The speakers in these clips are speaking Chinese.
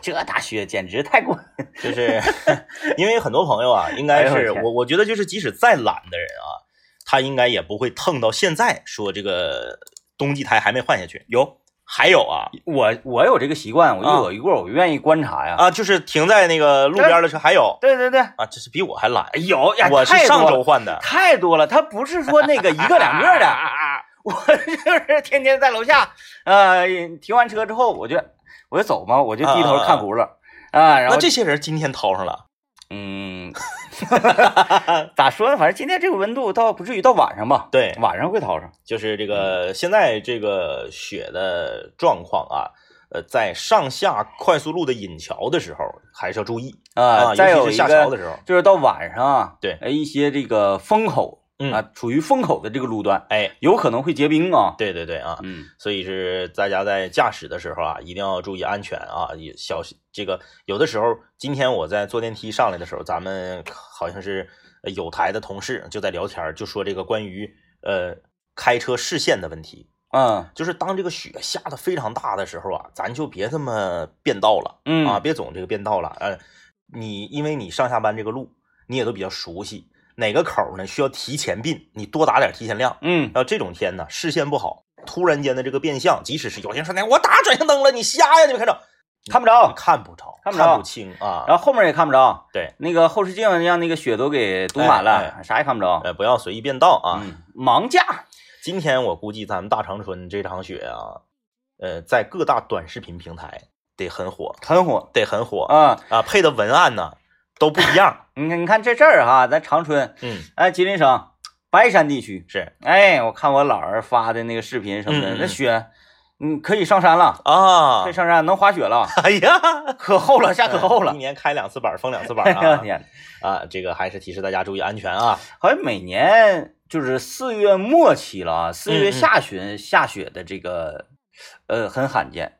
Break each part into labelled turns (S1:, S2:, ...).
S1: 这大雪简直太过，
S2: 就是 因为很多朋友啊，应该
S1: 哎
S2: 是
S1: 呦我天
S2: 我我觉得就是即使再懒的人啊，他应该也不会蹭到现在说这个冬季胎还没换下去。有，还有啊
S1: 我我有这个习惯，我
S2: 啊
S1: 一有一过，我愿意观察呀。，
S2: 啊，就是停在那个路边的车还有
S1: 对对对，
S2: 啊，这是比我还懒。
S1: 有哎呀，
S2: 我是
S1: 太多
S2: 上
S1: 了
S2: 周换的，
S1: 太多了，他不是说那个一个两 个的，我就是天天在楼下，呃，停完车之后我就我就走嘛，我就低头看轱辘啊，然
S2: 那
S1: 后
S2: 这些人今天掏上了。
S1: 嗯，咋说呢？反正今天这个温度倒不至于到晚上吧，
S2: 对，
S1: 晚上会掏上，
S2: 就是这个现在这个雪的状况啊，呃，在上下快速路的引桥的时候还是要注意
S1: 啊，再
S2: 尤
S1: 有
S2: 其
S1: 一
S2: 是下桥
S1: 个
S2: 的时候，
S1: 就是到晚上啊，
S2: 对
S1: 哎，一些这个风口
S2: 嗯
S1: 啊，处于风口的这个路段，
S2: 哎，
S1: 有可能会结冰啊，
S2: 对对对啊，
S1: 嗯，
S2: 所以是大家在驾驶的时候啊，一定要注意安全啊，也小心这个有的时候，今天我在坐电梯上来的时候，咱们好像是呃有台的同事就在聊天儿，就说这个关于呃开车视线的问题，
S1: 嗯
S2: 就是当这个雪下的非常大的时候啊，咱就别这么变道了。
S1: 嗯
S2: 啊，别总这个变道了。呃，你因为你上下班这个路你也都比较熟悉，哪个口儿呢需要提前并，你多打点提前量。
S1: 嗯，
S2: 然后这种天呢，视线不好，突然间的这个变向，即使是有些人说，哎，我打转向灯了，你瞎呀？你没看着？
S1: 看不着，
S2: 看不着，
S1: 看不
S2: 不
S1: 着
S2: 清啊。
S1: 然后后面也看不着，
S2: 嗯对，
S1: 那个后视镜让那个雪都给堵满了，
S2: 哎
S1: 啥也看不着。
S2: 呃，不要随意变道啊！
S1: 嗯，盲驾，
S2: 今天我估计咱们大长春这场雪啊，呃，在各大短视频平台得很火，
S1: 很火
S2: 得很火
S1: 啊！
S2: 啊！配的文案呢都不 一样。
S1: 你看，你看这事儿哈，咱长春，
S2: 嗯，
S1: 哎，吉林省白山地区，
S2: 是
S1: 哎，我看我姥儿发的那个视频什么的，
S2: 嗯嗯
S1: 那雪，嗯，可以上山了，
S2: 啊
S1: 可以，上山，能滑雪 了，
S2: 哎呀，
S1: 可厚了，下可厚
S2: 一
S1: 了。
S2: 年开两次板儿，封两次板
S1: 哎
S2: 儿
S1: 呀
S2: 啊
S1: 天，
S2: 啊！这个还是提示大家注意安全啊。
S1: 好像每年就是四月末期了啊，四
S2: 嗯
S1: 月
S2: 嗯
S1: 下旬下雪的这个，呃，很罕见。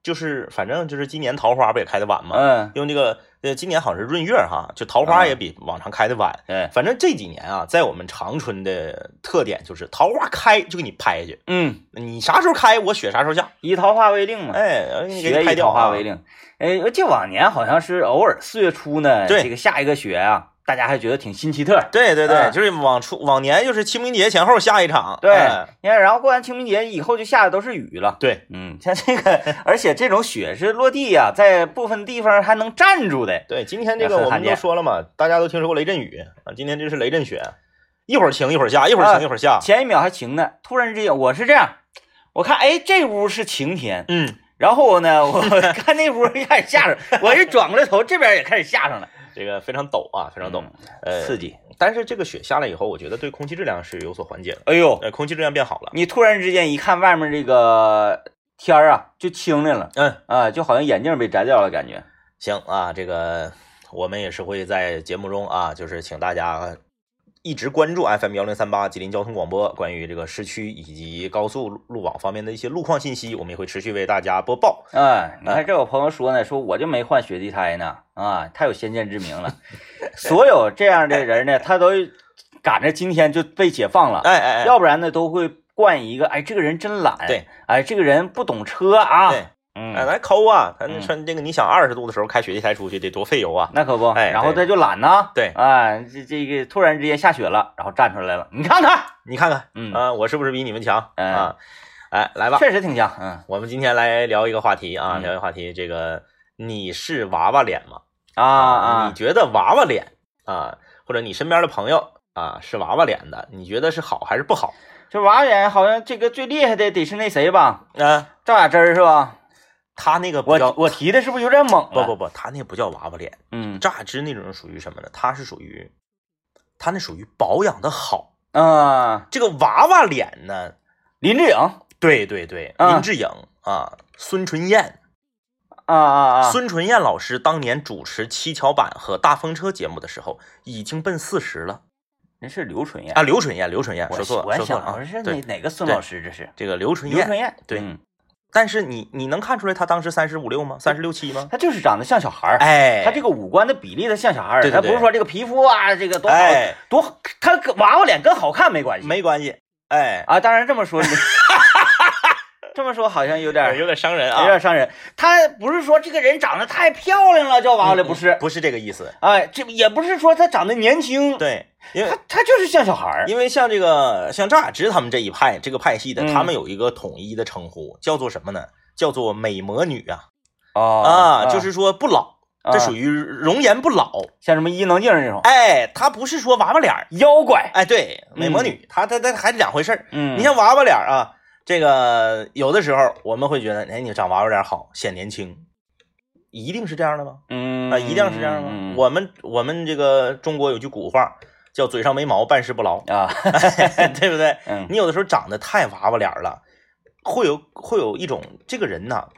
S2: 就是反正就是今年桃花不也开的晚吗？
S1: 嗯，
S2: 因为这个呃，今年好像是闰月儿哈，就桃
S1: 啊
S2: 花也比往常开的晚。
S1: 对，
S2: 反正这几年啊，在我们长春的特点就是桃花开就给你拍下去，
S1: 嗯，
S2: 你啥时候开我雪啥时候下，
S1: 以桃花为令嘛。
S2: 哎，然后给
S1: 雪
S2: 你拍
S1: 以
S2: 掉
S1: 桃
S2: 啊
S1: 花为。令。哎，我记得往年好像是偶尔四月初呢，
S2: 对
S1: 这个下一个雪啊，大家还觉得挺新奇特。
S2: 对对对，
S1: 嗯
S2: 就是往出往年就是清明节前后下一场。
S1: 对
S2: 哎，
S1: 你看，然后过完清明节以后就下的都是雨了。
S2: 对
S1: 嗯，像这个，而且这种雪是落地呀、在部分地方还能站住的。
S2: 对，今天这
S1: 也
S2: 个
S1: 很
S2: 我
S1: 罕
S2: 们都
S1: 见
S2: 说了嘛，大家都听说过雷阵雨啊，今天这是雷阵雪，一会儿晴一会儿下，一会儿
S1: 啊
S2: 晴一会儿下。
S1: 前一秒还晴呢，突然之间我是这样，我看哎这屋是晴天，
S2: 嗯，
S1: 然后呢我 看那屋开始下上，我一转过来头，这边也开始下上了，
S2: 这个非常陡啊，非常陡，
S1: 嗯
S2: 呃，
S1: 刺激。
S2: 但是这个雪下来以后，我觉得对空气质量是有所缓解的，
S1: 哎呦，
S2: 呃，空气质量变好了。
S1: 你突然之间一看外面这个天儿啊，就清亮了
S2: 嗯，
S1: 啊，就好像眼镜被摘掉了感觉。
S2: 行啊，这个我们也是会在节目中啊，就是请大家一直关注 FM 幺零三八吉林交通广播关于这个市区以及高速路路网方面的一些路况信息，我们也会持续为大家播报。
S1: 啊，你看这有朋友说呢，说我就没换雪地胎呢，啊，太有先见之明了。所有这样的人呢，他都赶着今天就被解放了，
S2: 哎哎哎，
S1: 要不然呢都会惯一个，哎，这个人真懒，
S2: 对，
S1: 哎，这个人不懂车啊，
S2: 对，哎，
S1: 嗯，
S2: 来抠啊！咱
S1: 嗯
S2: 穿这个，你想二十度的时候开雪地胎出去得多费油啊！
S1: 那可不，
S2: 哎
S1: 然后
S2: 对
S1: 他就懒呢，
S2: 对
S1: 啊，这这个突然之间下雪了，然后站出来了，你看看，
S2: 你看看，
S1: 嗯
S2: 啊，我是不是比你们强
S1: 哎
S2: 啊？哎，来吧，
S1: 确实挺像，嗯
S2: 我们今天来聊一个话题啊，
S1: 嗯
S2: 聊一个话题，这个你是娃娃脸吗？
S1: 啊
S2: 你
S1: 啊，
S2: 觉得娃娃脸啊，或者你身边的朋友啊是娃娃脸的，你觉得是好还是不好？
S1: 这娃眼好像这个最厉害的得是那谁吧，
S2: 啊，
S1: 赵雅芝是吧？
S2: 他那个不
S1: 我
S2: 叫
S1: 我提的是不是有点猛
S2: 不
S1: 了？
S2: 不不，他那不叫娃娃脸，
S1: 嗯
S2: 榨汁那种属于什么呢？他是属于，他那属于保养的好。
S1: 啊，
S2: 这个娃娃脸呢，
S1: 林志颖
S2: 对对对，
S1: 啊
S2: 林志颖啊，孙纯燕，
S1: 啊啊啊，
S2: 孙纯燕老师当年主持《七巧板》和《大风车》节目的时候，已经奔四十了。
S1: 那是刘纯燕，
S2: 啊，刘纯燕，刘纯燕，
S1: 我
S2: 说错
S1: 我
S2: 了，
S1: 还
S2: 说错
S1: 想
S2: 了啊，
S1: 我说是哪
S2: 对，
S1: 哪个孙
S2: 对
S1: 老师这是？
S2: 这个刘纯
S1: 刘
S2: 燕，
S1: 纯燕，
S2: 对
S1: 嗯
S2: 但是你你能看出来她当时三十五六吗？三十六七吗？
S1: 他就是长得像小孩儿，
S2: 哎，
S1: 他这个五官的比例他像小孩儿，
S2: 对对
S1: 他不
S2: 对
S1: 是说这个皮肤啊，这个多好
S2: 哎
S1: 多好，他跟娃娃脸跟好看没关系
S2: 没关系，哎，
S1: 啊。当然这么说，你这么说好像有点儿
S2: 有点伤人
S1: 有
S2: 啊，
S1: 点伤人。他不是说这个人长得太漂亮了叫娃娃
S2: 嗯
S1: 脸，不是，
S2: 不是这个意思。
S1: 哎，这也不是说他长得年轻，
S2: 对，因为
S1: 他他就是像小孩儿。
S2: 因为像这个像炸直他们这一派这个派系的，
S1: 嗯
S2: 他们有一个统一的称呼，叫做什么呢？叫做美魔女啊
S1: 啊
S2: 啊，就是说不老，这属
S1: 于
S2: 于容颜不老。
S1: 像什么伊能静这种
S2: 哎，她不是说娃娃脸儿，
S1: 妖怪。
S2: 哎，对，美魔女，她她她还是两回事儿。
S1: 嗯，
S2: 你像娃娃脸儿啊，这个有的时候我们会觉得，哎，你长娃娃脸儿好，显年轻，一定是这样的吗？
S1: 嗯
S2: 啊，一定是这样吗？我们我们这个中国有句古话叫“嘴上没毛，办事不牢
S1: 啊，”，
S2: 对不对？
S1: 嗯
S2: 你有的时候长得太娃娃脸儿了，会有会有一种这个人呐，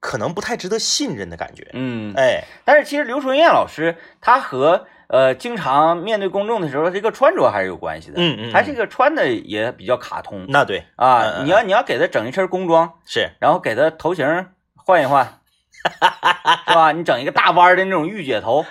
S2: 可能不太值得信任的感觉。
S1: 嗯，
S2: 哎，
S1: 但是其实刘春燕老师她和呃经常面对公众的时候，这个穿着还是有关系的。
S2: 嗯嗯嗯
S1: 她这个穿的也比较卡通
S2: 那对嗯
S1: 啊。
S2: 嗯
S1: 你要你要给她整一身工装，
S2: 是，
S1: 然后给她头型换一 换，是吧？你整一个大弯儿的那种御姐 头，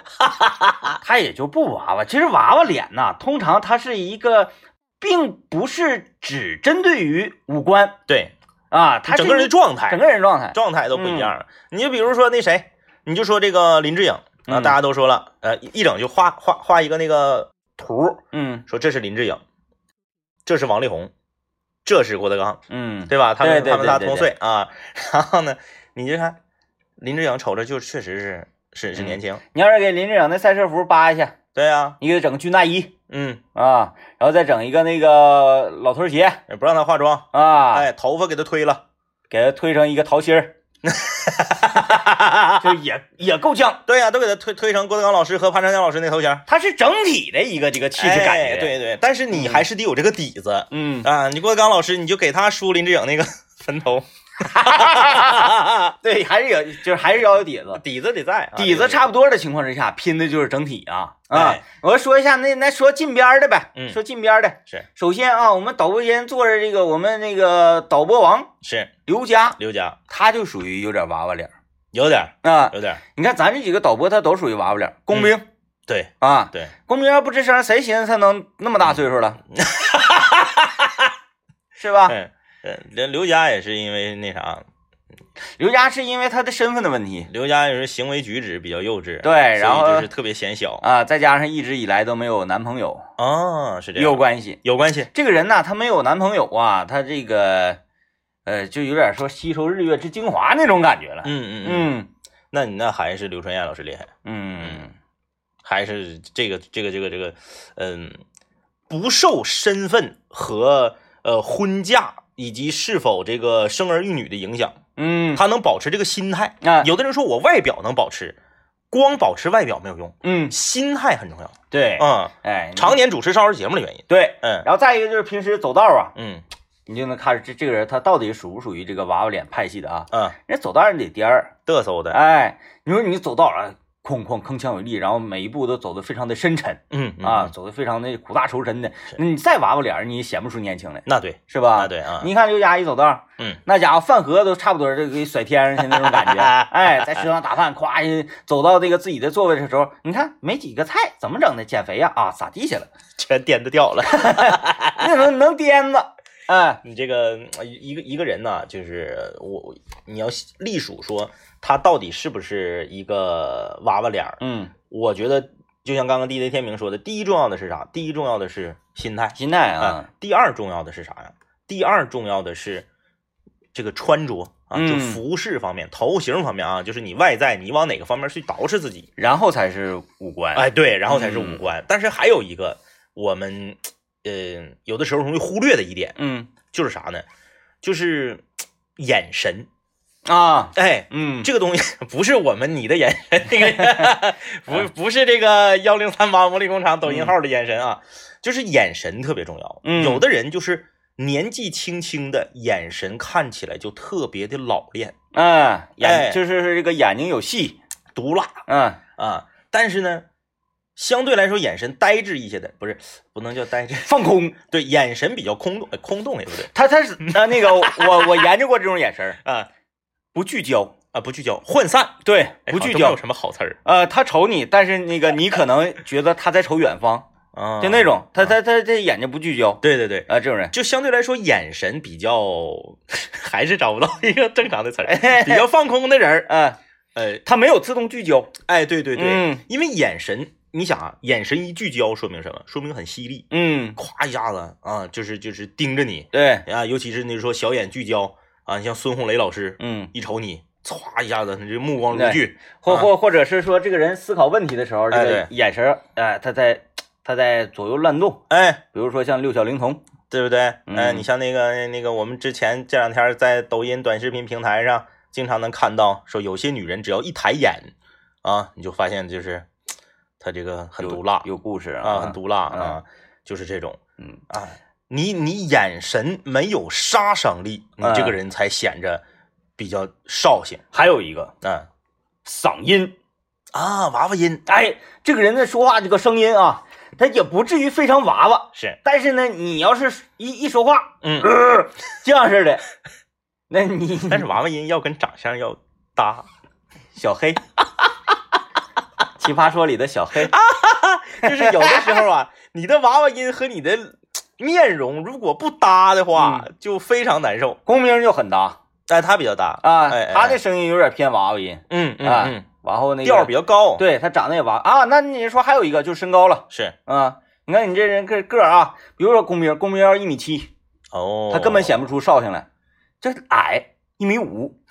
S1: 她也就不娃娃。其实娃娃脸呐，通常它是一个，并不是只针对于五官
S2: 对，
S1: 啊，它
S2: 整个人的
S1: 是
S2: 状
S1: 整
S2: 态
S1: 个人状态。
S2: 状态都不一样了。你就比如说那谁，你就说这个林志颖啊，
S1: 嗯
S2: 大家都说了，呃，一一整就画画画一个那个图，
S1: 嗯
S2: 说这是林志颖，这是王力宏，这是郭德纲，
S1: 嗯，
S2: 对吧？他们
S1: 对对
S2: 他们仨
S1: 对对
S2: 同岁啊。 然后呢，你就看林志颖瞅着就确实是是是
S1: 嗯
S2: 年轻，
S1: 你要是给林志颖那赛车服扒一下，
S2: 对啊，
S1: 你给他整个军大衣。
S2: 嗯，
S1: 啊，然后再整一个那个老头儿鞋
S2: 也不让他化妆，
S1: 啊，
S2: 哎，头发给他推了，
S1: 给他推成一个桃心 儿，就也也够呛。
S2: 对呀、啊都给他推推成郭德纲老师和潘长江老师那头型。
S1: 它是整体的一个这个气质感觉。
S2: 哎，，对对，但是你还是得有这个底子，
S1: 嗯，
S2: 啊，你郭德纲老师，你就给他梳林志颖那个 分 头，
S1: 对，还是有，就是还是要有底子。
S2: 底子得在，啊
S1: 底子，差不多的情况之下，拼的就是整体啊啊
S2: 哎！
S1: 我说一下那那说近边儿的呗，
S2: 嗯
S1: 说近边儿的
S2: 是
S1: 首先啊，我们导播间坐着这个我们那个导播王
S2: 是
S1: 刘佳，
S2: 刘佳
S1: 他就属于有点娃娃脸儿
S2: 有点儿
S1: 啊。
S2: 有点儿，
S1: 你看咱这几个导播，他都属于娃娃脸儿，
S2: 嗯
S1: 工兵、
S2: 对
S1: 啊，
S2: 对，
S1: 公民要不吱声，谁寻思他能那么大岁数 了？是吧？
S2: 嗯嗯，刘刘佳也是因为那啥，
S1: 刘佳是因为他的身份的问题
S2: 刘佳也是行为举止比较幼稚，
S1: 对然后
S2: 所以就是特别显小
S1: 啊，再加上一直以来都没有男朋友，
S2: 啊，是这
S1: 也
S2: 样，
S1: 有关系。
S2: 有关系，
S1: 这个人呐，他没有男朋友啊，他这个呃，就有点说吸收日月之精华那种感觉了。
S2: 嗯嗯嗯，
S1: 嗯
S2: 那你那还是刘春燕老师厉害，
S1: 嗯
S2: 还是这个这个这个这个，嗯，不受身份和呃婚嫁以及是否这个生儿育女的影响。
S1: 嗯
S2: 他能保持这个心态。
S1: 啊
S2: 有的人说我外表能保持，光保持外表没有用，
S1: 嗯，
S2: 心态很重要。
S1: 对，
S2: 嗯，
S1: 哎，你
S2: 常年主持少儿节目的原因。
S1: 对。
S2: 嗯
S1: 然后再一个就是平时走道啊，
S2: 嗯
S1: 你就能看出这这个人他到底属不属于这个娃娃脸派系的啊？
S2: 嗯，
S1: 人家走道儿你得颠儿，
S2: 嘚瑟的。
S1: 哎，你说你走道啊，哐哐铿锵有力，然后每一步都走得非常的深沉
S2: 嗯嗯
S1: 啊，
S2: 嗯
S1: 走得非常的苦大仇深的。你再娃娃脸儿，你也显不出年轻来，
S2: 那对
S1: 是吧？
S2: 那对啊
S1: 你看刘佳一走道，
S2: 嗯，
S1: 那家伙饭盒都差不多这给甩天上去那种感觉，哎，在车上打饭，咵一走到这个自己的座位的时候，你看没几个菜，怎么整的？减肥呀、啊？撒地下了，
S2: 全颠的 掉了。
S1: 那能能颠子，哎，
S2: 你这个嗯一个一个人呢，就是我你要隶属说他到底是不是一个娃娃脸儿？
S1: 嗯，
S2: 我觉得就像刚刚 DJ 天明说的，第一重要的是啥？第一重要的是心态。
S1: 心态
S2: 啊
S1: 啊，，
S2: 第二重要的是啥呀？第二重要的是这个穿着啊，
S1: 嗯
S2: 就服饰方面、头型方面啊，就是你外在你往哪个方面去捯饬自己，
S1: 然后才是五官，
S2: 哎，对，然后才是
S1: 嗯
S2: 五官。但是还有一个我们呃有的时候容易忽略的一点
S1: 嗯
S2: 就是啥呢？就是眼神，
S1: 啊，
S2: 哎。
S1: 嗯，
S2: 这个东西 不是我们你的眼神，那 个不不是这个幺零三八魔力工厂抖音号的眼神啊，就是眼神特别重要。
S1: 嗯
S2: 有的人就是年纪轻轻的，眼神看起来就特别的老练、
S1: 嗯，
S2: 哎
S1: 眼就是这个眼睛有戏，
S2: 毒辣
S1: 嗯，
S2: 啊，但是呢，相对来说眼神呆滞一些的，不是不能叫呆滞，
S1: 放空。
S2: 对，眼神比较空洞，呃空洞也不对
S1: 他他是呃那个我我研究过这种眼神儿，
S2: 啊
S1: 不聚焦，
S2: 啊，不聚焦，涣散，
S1: 对，不
S2: 哎好
S1: 聚
S2: 像没
S1: 焦
S2: 有。什么好词儿
S1: 呃，他瞅你，但是那个你可能觉得他在瞅远方，
S2: 啊，
S1: 就那种，他他他这眼睛不聚焦
S2: 对对对，
S1: 啊，这 种人，
S2: 就相对来说眼神比较， 还是找不到一个正常的词儿，比较放空的人儿。
S1: 啊，
S2: 呃，
S1: 他没有自动聚焦，
S2: 哎，对对对，
S1: 嗯
S2: 因为眼神，你想啊，眼神一聚焦，说明什么？说明很犀利，
S1: 嗯，
S2: 咵一下子啊，就是就是盯着你
S1: 对，
S2: 啊，尤其是你说小眼聚焦啊，你像孙红雷老师，
S1: 嗯，
S2: 一瞅你，歘一下子，你这目光如炬，
S1: 或
S2: 啊
S1: 或或者是说这个人思考问题的时候，这
S2: 哎
S1: 个眼神，哎，他在他在左右乱动，
S2: 哎，
S1: 比如说像六小龄童，
S2: 对不对？
S1: 嗯
S2: 哎，你像那个那个，我们之前这两天在抖音短视频平台上经常能看到，说有些女人只要一抬眼啊，你就发现就是她这个很
S1: 有
S2: 毒辣
S1: 有故事
S2: 啊，很，毒辣
S1: 嗯
S2: 啊，就是这种。
S1: 嗯，
S2: 啊，你你眼神没有杀伤力，你这个人才显着比较绍兴。
S1: 还有一个
S2: 嗯
S1: 嗓音，
S2: 啊，娃娃音
S1: 哎，这个人的说话这个声音啊，他也不至于非常娃娃，
S2: 是，
S1: 但是呢，你要是一一说话，
S2: 嗯，
S1: 呃这样似的，那你
S2: 但是娃娃音要跟长相要搭，
S1: 小 黑，《奇葩说》里的小黑，
S2: 啊 就是有的时候啊，你的娃娃音和你的面容如果不搭的话，
S1: 嗯
S2: 就非常难受。
S1: 公明就很搭
S2: 但他比较搭
S1: 啊，
S2: 哎哎
S1: 他的声音有点偏娃娃音，
S2: 嗯嗯
S1: 啊
S2: 嗯，
S1: 然后那个
S2: 调儿比较高，，
S1: 对他长得也娃啊。那你说还有一个就是身高了
S2: 是
S1: 啊，你看你这人个个儿啊，比如说公明，公明要一米七，
S2: 哦，
S1: 他根本显不出绍兴来，这矮一米 五，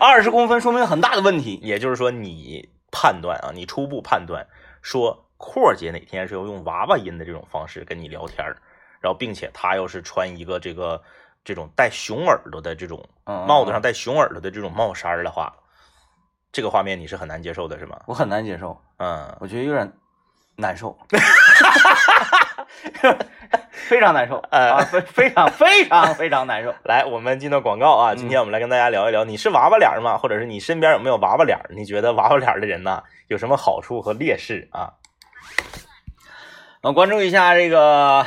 S1: 二十公分说明很大的问题。
S2: 也就是说，你判断啊，你初步判断说，阔儿姐哪天是要用娃娃音的这种方式跟你聊天儿，然后并且她要是穿一个这个这种带熊耳朵的这种
S1: 嗯
S2: 帽子上带熊耳朵的这种帽衫儿的话，这个画面你是很难接受的，是吗？
S1: 我很难接受，
S2: 嗯，
S1: 我觉得有点难受，非常难受啊，非非常非常非常难受。
S2: 来，我们进到广告
S1: 嗯
S2: 啊，今天我们来跟大家聊一聊，你是娃娃脸儿吗？或者是你身边有没有娃娃脸儿？你觉得娃娃脸儿的人呢，有什么好处和劣势啊？
S1: 呃，关注一下这个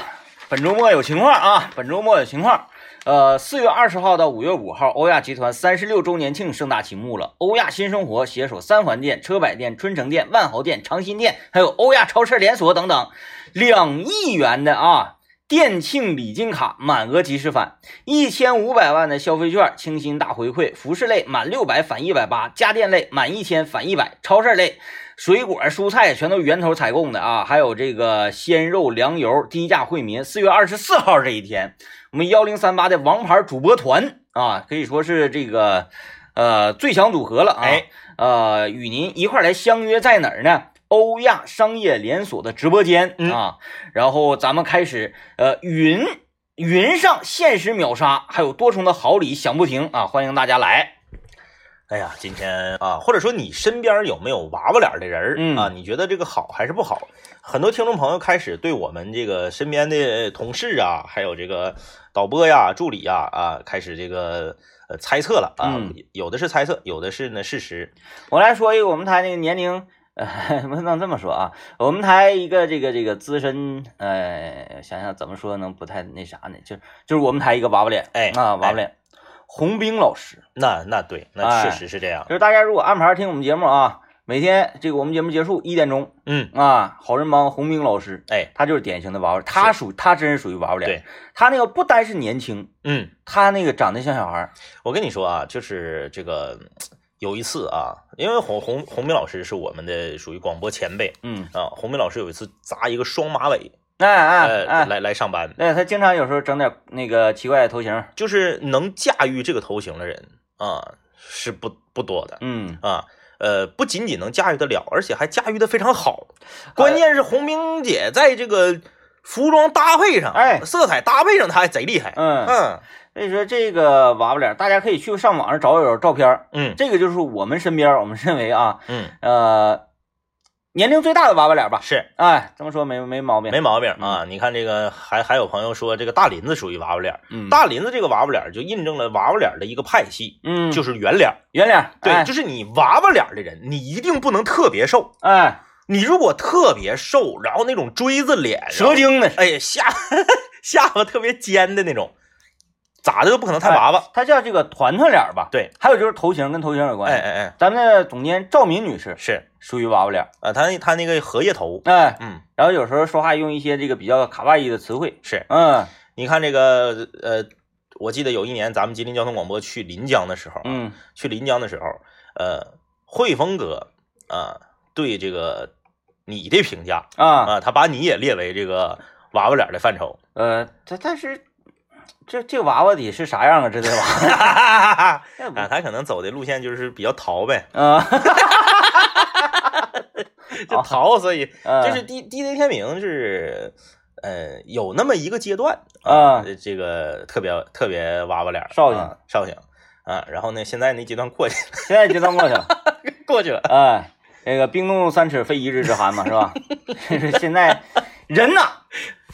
S1: 本周末有情况啊，本周末有情况。呃，四月二十号到五月五号，欧亚集团三十六周年庆盛大启幕了。欧亚新生活携手三环店、车百店、春城店、万豪店、长鑫店，还有欧亚超市连锁等等，两亿元的啊店庆礼金卡满额即时返，一千五百万的消费券清新大回馈，服饰类满六百返一百八，家电类满一千返一百，超市类水果、蔬菜全都是源头采购的啊，还有这个鲜肉、粮油低价惠民。四月二十四号这一天，我们幺零三八的王牌主播团啊，可以说是这个呃最强组合了啊。
S2: 哎，
S1: 呃，与您一块儿来相约在哪儿呢？欧亚商业连锁的直播间、
S2: 嗯
S1: 啊，然后咱们开始呃云云上限时秒杀，还有多重的好礼响不停啊！欢迎大家来。
S2: 哎呀，今天啊，或者说你身边有没有娃娃脸儿的人儿、
S1: 嗯
S2: 啊？你觉得这个好还是不好？很多听众朋友开始对我们这个身边的同事啊，还有这个导播呀、助理呀啊，开始这个呃猜测了啊、
S1: 嗯
S2: 有的是猜测，有的是呢事实。
S1: 我来说一个我们台那个年龄，呃， 不能这么说啊，我们台一个这个这个资深，呃，想想怎么说能不太那啥呢？就就是我们台一个娃娃脸，
S2: 哎
S1: 啊，娃
S2: 哎
S1: 娃脸，洪兵老师，
S2: 那那对，那
S1: 哎
S2: 确实是这样。
S1: 就是大家如果安排听我们节目啊，每天这个我们节目结束一点钟
S2: 嗯，
S1: 啊，好人帮洪兵老师，
S2: 哎，
S1: 他就是典型的娃娃，他属他真是属于娃娃脸，
S2: 对，
S1: 他那个不单是年轻，
S2: 嗯，
S1: 他那个长得像小孩儿，
S2: 我跟你说啊，就是这个有一次啊，因为洪洪洪明老师是我们的属于广播前辈
S1: 嗯，
S2: 啊，洪明老师有一次扎一个双马尾，
S1: 哎哎
S2: 呃，
S1: 哎，
S2: 来来上班。
S1: 对，他经常有时候整点那个奇怪的头型，
S2: 就是能驾驭这个头型的人啊，是不不多的
S1: 嗯。
S2: 啊。呃，不仅仅能驾驭得了，而且还驾驭得非常好。
S1: 呃
S2: 关键是红冰姐在这个服装搭配上，
S1: 哎
S2: 色彩搭配上，她还贼厉害。
S1: 嗯
S2: 嗯
S1: 所以说这个娃娃脸，大家可以去上网上找找照片儿。
S2: 嗯
S1: 这个就是我们身边儿，我们认为啊，
S2: 嗯，
S1: 呃，年龄最大的娃娃脸吧。
S2: 是
S1: 哎，这么说没没毛病。
S2: 没毛病啊。你看这个，还还有朋友说这个大林子属于娃娃脸儿，
S1: 嗯，
S2: 大林子这个娃娃脸儿就印证了娃娃脸儿的一个派系，
S1: 嗯，
S2: 就是圆脸儿。
S1: 圆脸。
S2: 对，
S1: 哎
S2: 就是你娃娃脸儿的人，你一定不能特别瘦。
S1: 哎，
S2: 你如果特别瘦，然后那种锥子脸，然后
S1: 蛇精呢？
S2: 哎呀，下下巴特别尖的那种，咋的都不可能太娃娃。
S1: 它叫这个团团脸儿吧？
S2: 对，
S1: 还有就是头型跟头型有关
S2: 哎
S1: 系。
S2: 哎哎，
S1: 咱们的总监赵敏女士
S2: 是
S1: 属于娃娃脸儿，
S2: 啊，他他那个荷叶头，
S1: 哎，
S2: 嗯，
S1: 然后有时候说话用一些这个比较卡哇伊的词汇，
S2: 是
S1: 嗯
S2: 你看这个呃，我记得有一年咱们吉林交通广播去临江的时候啊，
S1: 嗯
S2: 去临江的时候，呃，汇丰哥啊、对这个你的评价啊、
S1: 啊，
S2: 他把你也列为这个娃娃脸的范 畴，
S1: 呃，但但是这这娃娃得是啥样啊？这得 娃
S2: 哈哈哈哈哈
S1: 娃
S2: 啊，他可能走的路线就是比较淘呗，
S1: 啊，
S2: 就啊淘，嗯所以
S1: 就
S2: 就是 D D J 天明是。呃，有那么一个阶段
S1: 啊
S2: 呃这个特别特别娃娃脸儿
S1: 绍兴
S2: 啊绍兴啊，然后呢，现在那阶段过去 了，
S1: 现在阶段过去 了，
S2: 过 去了，
S1: 哎，这个冰冻三尺非一日之寒嘛，是吧？就是现在人呐，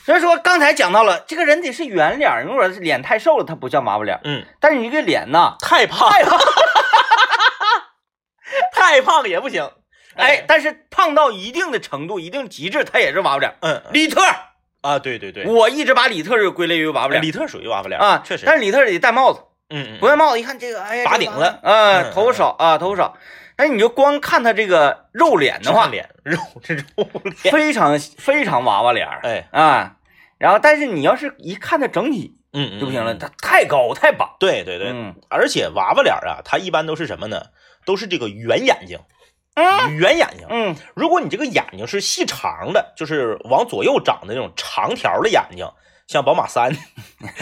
S1: 所以说刚才讲到了，这个人得是圆脸儿，如果是脸太瘦了，他不叫麻布脸儿，
S2: 嗯，
S1: 但是你这个脸呐，
S2: 太胖，太 胖，太胖也不行。
S1: 哎，，但是胖到一定的程度，一定极致，他也是娃娃脸儿。
S2: 嗯
S1: 李特，
S2: 啊，对对对，
S1: 我一直把李特就归类于娃娃脸
S2: 李特属于娃娃脸
S1: 儿啊，
S2: 确实。
S1: 但是李特得戴帽子，
S2: 嗯嗯，
S1: 不戴帽子一看这个，哎呀，
S2: 拔
S1: 这个
S2: 顶了
S1: 娃娃脸
S2: 嗯
S1: 哎，头发少啊，头发少。但是你就光看他这个肉脸的
S2: 能画
S1: 话，
S2: 脸肉这肉脸，
S1: 非常非常娃娃脸儿。
S2: 哎，
S1: 啊，然后但是你要是一看它整体
S2: 嗯
S1: 就不行了，。它太高太绑。
S2: 对对对，
S1: 嗯
S2: 而且娃娃脸啊，它一般都是什么呢？都是这个圆眼睛，
S1: 嗯
S2: 圆眼睛。
S1: 嗯
S2: 如果你这个眼睛是细长的，就是往左右长的那种长条的眼睛，像宝 马三，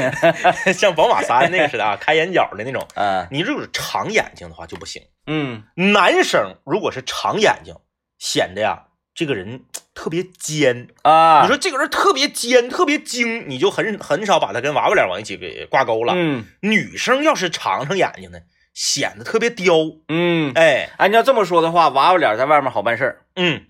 S2: 像宝马三那个似的啊，开眼角的那种。
S1: 啊
S2: 你如果是长眼睛的话就不行。
S1: 嗯
S2: 男生如果是长眼睛，显得呀这个人特别尖。
S1: 啊，
S2: 你说这个人特别尖，特别精，你就很很少把他跟娃娃脸往一起给挂钩了。
S1: 嗯
S2: 女生要是长长眼睛呢，显得特别刁。
S1: 嗯，
S2: 哎，
S1: 哎，你要这么说的话，娃娃脸在外面好办事儿。
S2: 嗯，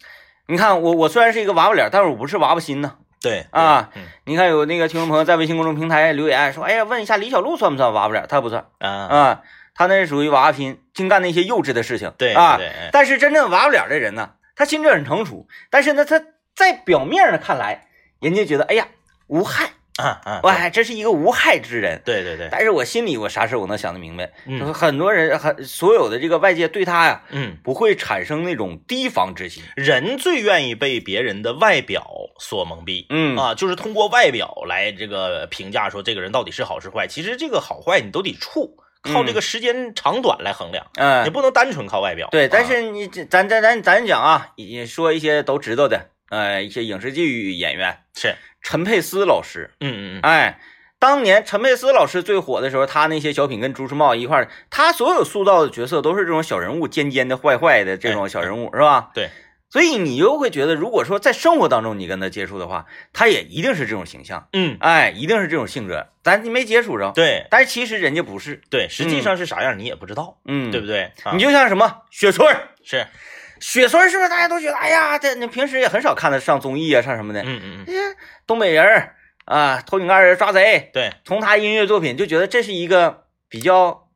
S1: 你看我我虽然是一个娃娃脸，但是我不是娃娃心呐。
S2: 对
S1: 啊，
S2: 嗯
S1: 你看有那个听众朋友在微信公众平台留言说，哎呀，问一下李小璐算不算娃娃脸？他不算
S2: 啊，
S1: 啊，他那是属于娃娃心，净干那些幼稚的事情。
S2: 对
S1: 啊，
S2: 对哎
S1: 但是真正娃娃脸的人呢，他心智很成熟，但是呢，他在表面上看来，人家觉得哎呀无害，
S2: 啊啊，
S1: 哇，这是一个无害之人。
S2: 对对对，
S1: 但是我心里我啥事我能想得明白。
S2: 嗯
S1: 很多人很所有的这个外界对他呀，
S2: 嗯，
S1: 不会产生那种提防之心。
S2: 人最愿意被别人的外表所蒙蔽。
S1: 嗯
S2: 啊，就是通过外表来这个评价说这个人到底是好是坏。其实这个好坏你都得处，靠这个时间长短来衡量，
S1: 嗯、
S2: 也不能单纯靠外表。
S1: 对，但
S2: 啊
S1: 是你这咱咱咱咱讲啊，也说一些都知道的，呃，一些影视剧演员
S2: 是，
S1: 陈佩斯老师，
S2: 嗯嗯嗯，
S1: 哎，当年陈佩斯老师最火的时候，他那些小品跟朱时茂一块儿，他所有塑造的角色都是这种小人物，尖尖的、坏坏的这种小人物，是吧？
S2: 哎对。
S1: 所以你又会觉得，如果说在生活当中你跟他接触的话，他也一定是这种形象，
S2: 嗯，
S1: 哎，一定是这种性格，咱没接触着。
S2: 对
S1: 但是其实人家不是，
S2: 对，实际上是啥样你也不知道，
S1: 嗯，
S2: 对不
S1: 对？
S2: 对？啊
S1: 你就像什么雪村儿，
S2: 是，
S1: 雪村儿是不是大家都觉得，哎呀，这你平时也很少看他上综艺啊，上什么的，
S2: 嗯嗯嗯，
S1: 东北人儿啊，偷井盖人抓贼，
S2: 对，
S1: 从他音乐作品就觉得这是一个比较，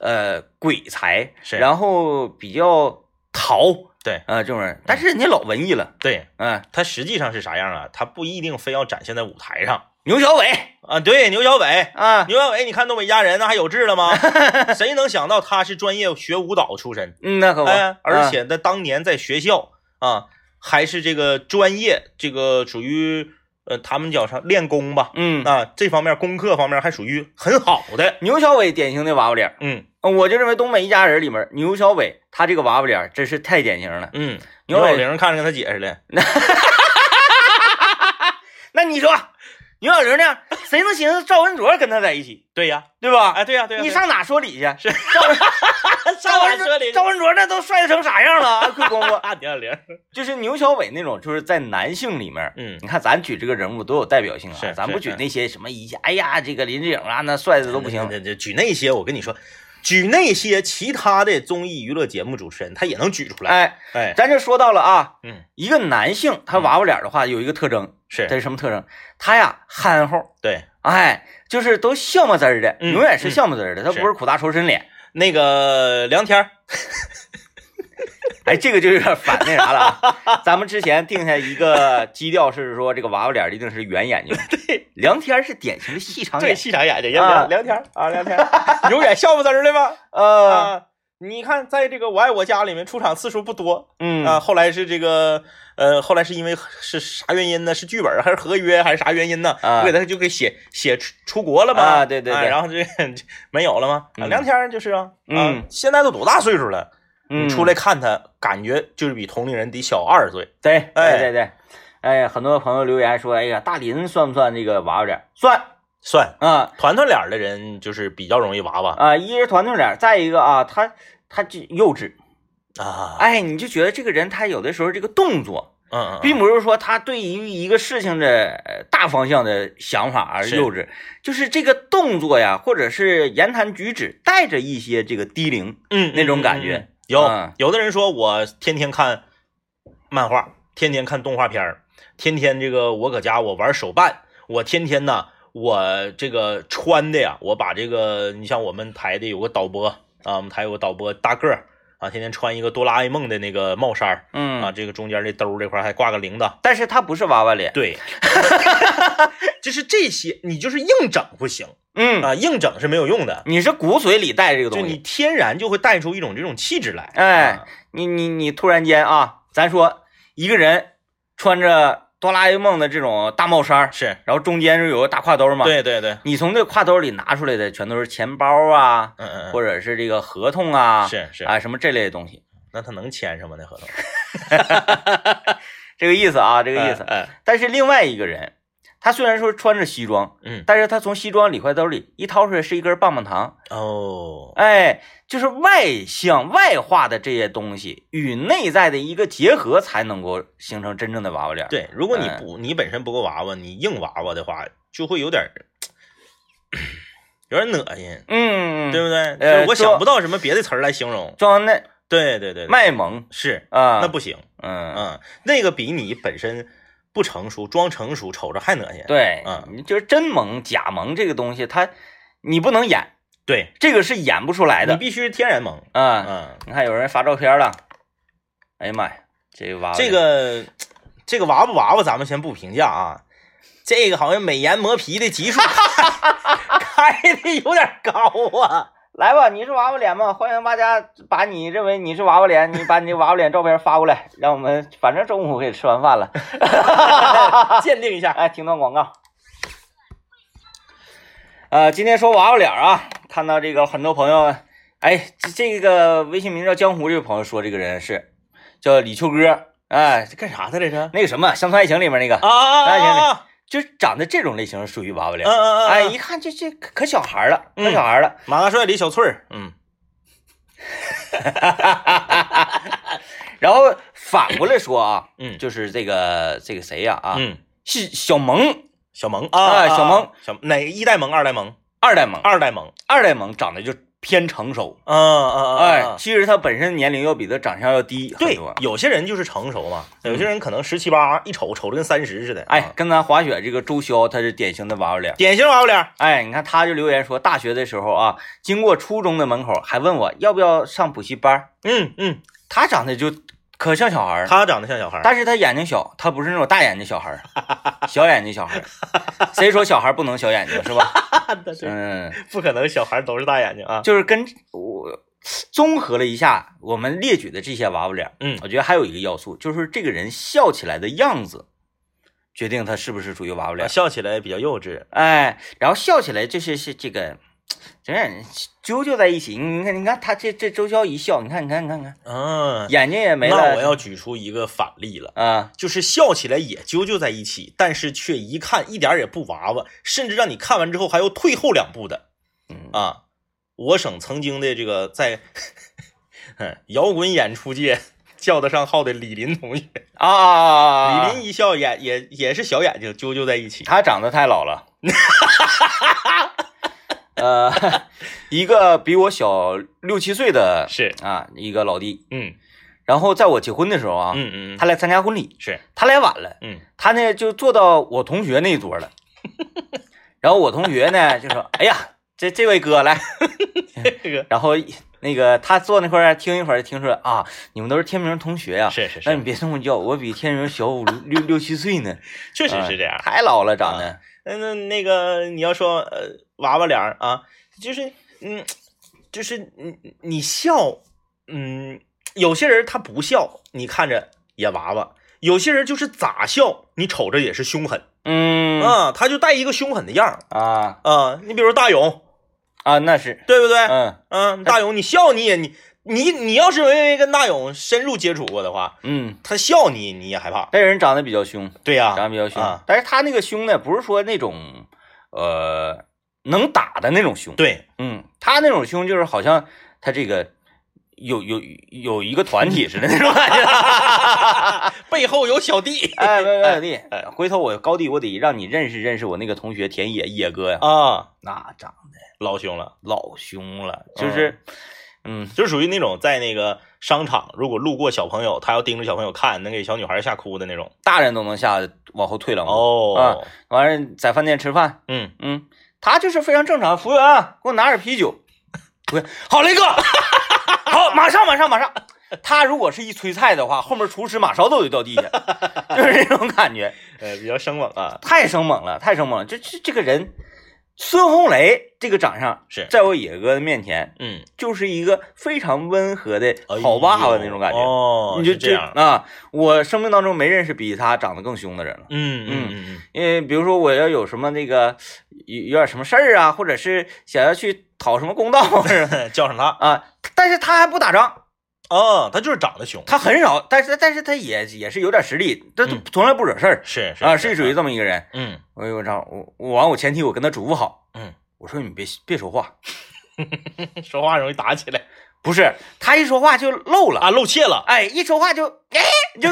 S1: 呃，鬼才，
S2: 是
S1: 然后比较淘，
S2: 对嗯
S1: 啊、这种人，但是人家老文艺了，
S2: 对，
S1: 嗯、
S2: 他实际上是啥样啊？他不一定非要展现在舞台上
S1: 牛小伟
S2: 啊。对，牛小伟，
S1: 啊，
S2: 牛小伟，你看东北家人那还有志了吗？ 谁能想到他是专业学舞蹈出身？
S1: 嗯，那可不，
S2: 哎，而
S1: 啊
S2: 且他当年在学校啊，还是这个专业，这个属于呃，他们叫啥练功吧？
S1: 嗯，
S2: 啊，这方面功课方面还属于很好的。
S1: 牛小伟典型的娃娃脸儿，
S2: 嗯
S1: 呃我就认为东北一家人里面，牛小伟他这个娃娃脸儿真是太典型了。
S2: 嗯，
S1: 牛
S2: 牛
S1: 小伟
S2: 小玲看着跟他姐似的。
S1: 那你说，牛小玲呢？谁能寻思赵文卓跟他在一起，
S2: 对呀，
S1: 对吧？
S2: 哎，对呀，对呀，
S1: 你
S2: 对呀
S1: 上哪说理去？
S2: 是
S1: 赵文赵文卓，赵文卓那都帅成啥样了？啊，贵公公。
S2: 啊，牛小玲，
S1: 就是牛小伟那种，就是在男性里面，
S2: 嗯
S1: 你看咱举这个人物多有代表性啊
S2: 是，
S1: 咱
S2: 是
S1: 不举
S2: 嗯
S1: 那些什么一下，哎呀，这个林志颖啊，那帅的都不行。
S2: 那那举那些，我跟你说，举那些其他的综艺娱乐节目主持人，他也能举出来。
S1: 哎，
S2: 哎，
S1: 咱就说到了啊，
S2: 嗯，
S1: 一个男性他娃娃脸的话有一个特征，
S2: 是
S1: 这是什么特征？他呀憨厚，
S2: 对
S1: 哎，就是都笑么滋儿的，
S2: 嗯
S1: 永远是笑么滋儿的，他
S2: 是
S1: 不是苦大仇深脸。
S2: 那个梁天儿，
S1: 哎，这个就有点反那啥了啊。咱们之前定下一个基调是说，这个娃娃脸一定是圆眼睛。对，梁天是典型的细长
S2: 对，
S1: 眼。
S2: 细长眼睛，
S1: 啊
S2: 聊聊天儿啊，聊天儿， 永远笑不声儿的吗？
S1: 呃，
S2: 啊，你看，在这个《我爱我家》里面出场次数不多
S1: 嗯
S2: 啊，后来是这个，呃，后来是因为是啥原因呢？是剧本还是合约还是啥原因呢？
S1: 啊
S2: 不给他就给写写出出国了吗？
S1: 啊对对对
S2: 然后这没有了吗？啊，
S1: 嗯
S2: 梁天儿就是啊，啊
S1: 嗯，
S2: 现在都多大岁数了？
S1: 嗯，
S2: 你出来看他，感觉就是比同龄人得小二岁。
S1: 对，
S2: 哎
S1: 对对对，哎呀，很多朋友留言说，哎呀，大林算不算这个娃娃脸？算
S2: 算
S1: 啊
S2: 团团脸儿的人就是比较容易娃娃
S1: 啊，一是团团脸，再一个啊，他他就幼稚，
S2: 啊，
S1: 哎，你就觉得这个人他有的时候这个动作，
S2: 嗯嗯，嗯
S1: 并不是说他对于一个事情的呃大方向的想法而
S2: 是
S1: 幼稚，就是这个动作呀，或者是言谈举止带着一些这个低龄，
S2: 嗯
S1: 那种感。
S2: 嗯嗯嗯
S1: 觉
S2: 有、
S1: 嗯
S2: 有的人说我天天看漫画，天天看动画片儿，天天这个我搁家我玩手办，我天天呢我这个穿的呀，我把这个你像我们台的有个导播啊，我们台有个导播大个儿啊，天天穿一个哆啦 A 梦的那个帽衫儿
S1: 嗯
S2: 啊，这个中间这兜儿这块儿还挂个铃铛。
S1: 但是他不是娃娃脸，
S2: 对，就是这些，你就是硬整不行
S1: 嗯，
S2: 啊，硬整是没有用的，
S1: 你是骨髓里带这个
S2: 就
S1: 东
S2: 你
S1: 西，
S2: 天然就会带出一种这种气质来。
S1: 哎
S2: 啊
S1: 你你你突然间啊，咱说一个人穿着哆啦 A 梦的这种大帽衫儿，
S2: 是
S1: 然后中间是有个大挎兜嘛，，
S2: 对对对，
S1: 你从这挎兜里拿出来的全都是钱包啊，
S2: 嗯嗯，
S1: 或者是这个合同啊，
S2: 是是，
S1: 啊什么这类的东西，
S2: 那他能签上吗？那合同？
S1: 这个意思啊，这
S2: 这
S1: 个意思。
S2: 哎，
S1: 但是另外一个人，他虽然说穿着西装，
S2: 嗯，
S1: 但是他从西装里挎兜里一掏出来是一根棒棒糖，
S2: 哦，
S1: 哎，就是外向外化的这些东西与内在的一个结合，才能够形成真正的娃娃脸。，
S2: 对，如果你
S1: 哎
S2: 不，你本身不够娃娃，你硬娃娃的话，就会有点儿， 有点恶心，
S1: 嗯，
S2: 对不对？就
S1: 呃
S2: 是我
S1: 说
S2: 想不到什么别的词儿来形容。
S1: 装那
S2: 对对对，对
S1: 卖萌
S2: 是
S1: 啊，
S2: 那不行，
S1: 嗯，
S2: 嗯，那个比你本身不成熟，装成熟瞅着还恶心。
S1: 对，
S2: 嗯
S1: 你就是真萌假萌这个东西，它你不能演，
S2: 对，
S1: 这个是演不出来
S2: 你
S1: 的
S2: 必须是天然萌。
S1: 啊。
S2: 嗯，
S1: 你看有人发照片了，哎呀妈呀，这个娃娃
S2: 这个这个娃不娃娃，咱们先不评价啊。这个好像美颜磨皮的级数开的有点高啊。
S1: 来吧，你是娃娃脸吗？欢迎大家把你认为你是娃娃脸，你把你这娃娃脸照片发过来，让我们反正中午可以吃完饭了。
S2: 鉴定一下，
S1: 哎，听段广告。呃，今天说娃娃脸儿啊，看到这个很多朋友，哎，这这个微信名叫江湖这位朋友说这个人是叫李秋歌，哎，
S2: 干啥的来着？
S1: 那个什么《乡村爱情》里面那个，
S2: 啊啊
S1: 哎行
S2: 啊！
S1: 就是长得这种类型属于娃娃脸
S2: 嗯。嗯嗯，
S1: 哎，一看这这可可小孩儿了，可
S2: 嗯
S1: 小孩儿了。
S2: 马大帅、李小翠儿，嗯，
S1: 然后反过来说啊，
S2: 嗯
S1: 就是这个这个谁呀啊，
S2: 嗯，
S1: 是小萌
S2: 小萌
S1: 哎小萌
S2: 萌小哪一代萌、二代萌、
S1: 二代萌，
S2: 二代萌？
S1: 二代萌长得就偏成熟，
S2: 嗯嗯嗯，
S1: 哎，其实他本身年龄要比他长相要低很
S2: 对
S1: 多，。
S2: 有些人就是成熟嘛，有些人可能十七八，一瞅瞅着跟三十似的。
S1: 哎
S2: 啊，，
S1: 跟咱滑雪这个周潇，他是典型的娃娃脸。
S2: 典型娃娃脸。
S1: 哎，你看他就留言说，大学的时候啊，经过初中的门口，还问我要不要上补习班儿。
S2: 嗯嗯，
S1: 他长得就可像小孩儿，
S2: 他长得像小孩儿。
S1: 但是他眼睛小，他不是那种大眼睛小孩儿， 小眼睛小孩儿。谁说小孩儿不能小眼睛是 吧？嗯。
S2: 不可能，小孩都是大眼睛啊。
S1: 就是跟我综合了一下我们列举的这些娃娃脸，
S2: 嗯
S1: 我觉得还有一个要素就是这个人笑起来的样子，决定他是不是属于娃娃脸。
S2: 笑起来比较幼稚。
S1: 哎，然后笑起来就是是这个，整让人揪揪在一起。你看，你看他这这周潇一笑，你看，你看，你看，你看，
S2: 嗯，
S1: 眼睛也没
S2: 那我
S1: 了
S2: 要举出一个反例了，
S1: 啊。
S2: 就是笑起来也揪揪在一起，但是却一看一点儿也不娃娃，甚至让你看完之后还要退后两步的
S1: 嗯
S2: 啊。我省曾经的这个在 嗯摇滚演出界叫得上号的李林同学，
S1: 啊啊！
S2: 李林一笑眼也也是小眼睛揪揪在一起。
S1: 他长得太老了， 呃，一个比我小六七岁的
S2: 是，
S1: 啊，一个老弟，
S2: 嗯
S1: 然后在我结婚的时候啊，
S2: 嗯嗯，嗯
S1: 他来参加婚礼，
S2: 是，
S1: 他来晚了，
S2: 嗯
S1: 他呢就坐到我同学那一桌 了。然后我同学呢就说：“哎呀，这这位哥来。
S2: 嗯 这个”
S1: 然后那个他坐那块儿听一会儿，听说啊，你们都是天明同学呀、啊
S2: 是是
S1: 那
S2: 是
S1: 你，别这么叫，我比天明小五六六七岁呢，
S2: 确实是这样
S1: 啊。太老了长得。
S2: 那那那个你要说呃娃娃脸儿啊，就是嗯，就是你你笑，嗯，有些人他不笑，你看着也娃娃；有些人就是咋笑，你瞅着也是凶狠
S1: 嗯
S2: 啊，他就带一个凶狠的样儿
S1: 啊
S2: 啊。你比如大勇，
S1: 啊，那是，
S2: 对不对？
S1: 嗯
S2: 嗯，大勇你笑你也你你你要是没跟大勇深入接触过的话，
S1: 嗯，
S2: 他笑你你也害怕。
S1: 那人长得比较凶，
S2: 对呀、
S1: 长得比较凶，
S2: 啊
S1: 但是他那个凶呢，不是说那种呃能打的那种凶，
S2: 对，
S1: 嗯，他那种凶就是好像他这个有有有一个团体似的那种感觉。
S2: 背后有小弟
S1: 哎，喂喂，弟
S2: 哎，
S1: 回头我高低我得让你认识认识我那个同学田野野哥呀，
S2: 啊，
S1: 那长得
S2: 老凶了。
S1: 老凶了，就是，嗯
S2: 就属于那种在那个商场，如果路过小朋友，他要盯着小朋友看，能给小女孩吓哭的那种。
S1: 大人都能吓得往后退两步。
S2: 哦，
S1: 完了，在饭店吃饭，
S2: 嗯，
S1: 嗯，他就是非常正常，服务员啊给我拿点啤酒，不是，好嘞哥， 好，马上马上马上。他如果是一催菜的话，后面厨师马勺都得掉地下，就是这种感觉。
S2: 呃，比较生猛啊，
S1: 太生猛了，太生猛了！这这这个人，孙红雷这个长相，
S2: 是，
S1: 在我野哥的面前
S2: 嗯，
S1: 就是一个非常温和的
S2: 哎呦
S1: 好爸爸那种感觉。
S2: 哦，
S1: 你就是
S2: 这样，
S1: 啊！我生命当中没认识比他长得更凶的人了。
S2: 嗯
S1: 嗯
S2: 嗯嗯
S1: 因为比如说我要有什么那个有有点什么事儿啊，或者是想要去讨什么公道是吧
S2: 嗯，叫 上他，
S1: 啊，但是他还不打仗，
S2: 哦，他就是长得凶，
S1: 他很少，但是但是他也也是有点实力，他
S2: 嗯
S1: 从来不惹事儿、
S2: 是是
S1: 啊，是属于
S2: 的，
S1: 这么一个人。
S2: 嗯
S1: 哎我有张，我我完我前提我跟他嘱咐好，
S2: 嗯，
S1: 我说你别别说话，
S2: 说话容易打起来
S1: 不是他一说话就漏了，
S2: 啊，露怯了，
S1: 哎，一说话就哎就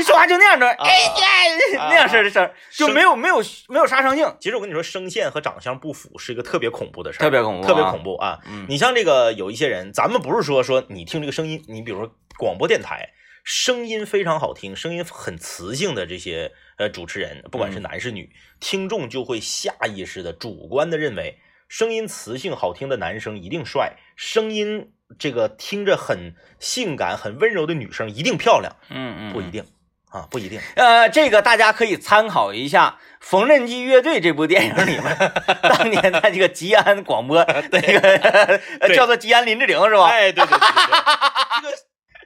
S1: 一说话就那样的，哎哎
S2: 啊
S1: 那样式儿的声儿，就
S2: 声
S1: 没有没有没有杀伤性，
S2: 其实我跟你说，声线和长相不符是一个特别恐怖的事儿，
S1: 特别恐怖啊，
S2: 特别恐怖啊！
S1: 嗯
S2: 你像这个有一些人，咱们不是说说你听这个声音，你比如说广播电台，声音非常好听，声音很磁性的这些呃主持人，不管是
S1: 嗯
S2: 男是女，听众就会下意识的主观的认为，声音磁性好听的男生一定帅，声音这个听着很性感、很温柔的女生一定漂亮，
S1: 嗯嗯，
S2: 不一定啊，不一定。
S1: 呃，这个大家可以参考一下《缝纫机乐队》这部电影里面， 当年在这个吉安广播那个呃
S2: 对
S1: 叫做吉安林志玲是吧？
S2: 哎，对对对对对，这个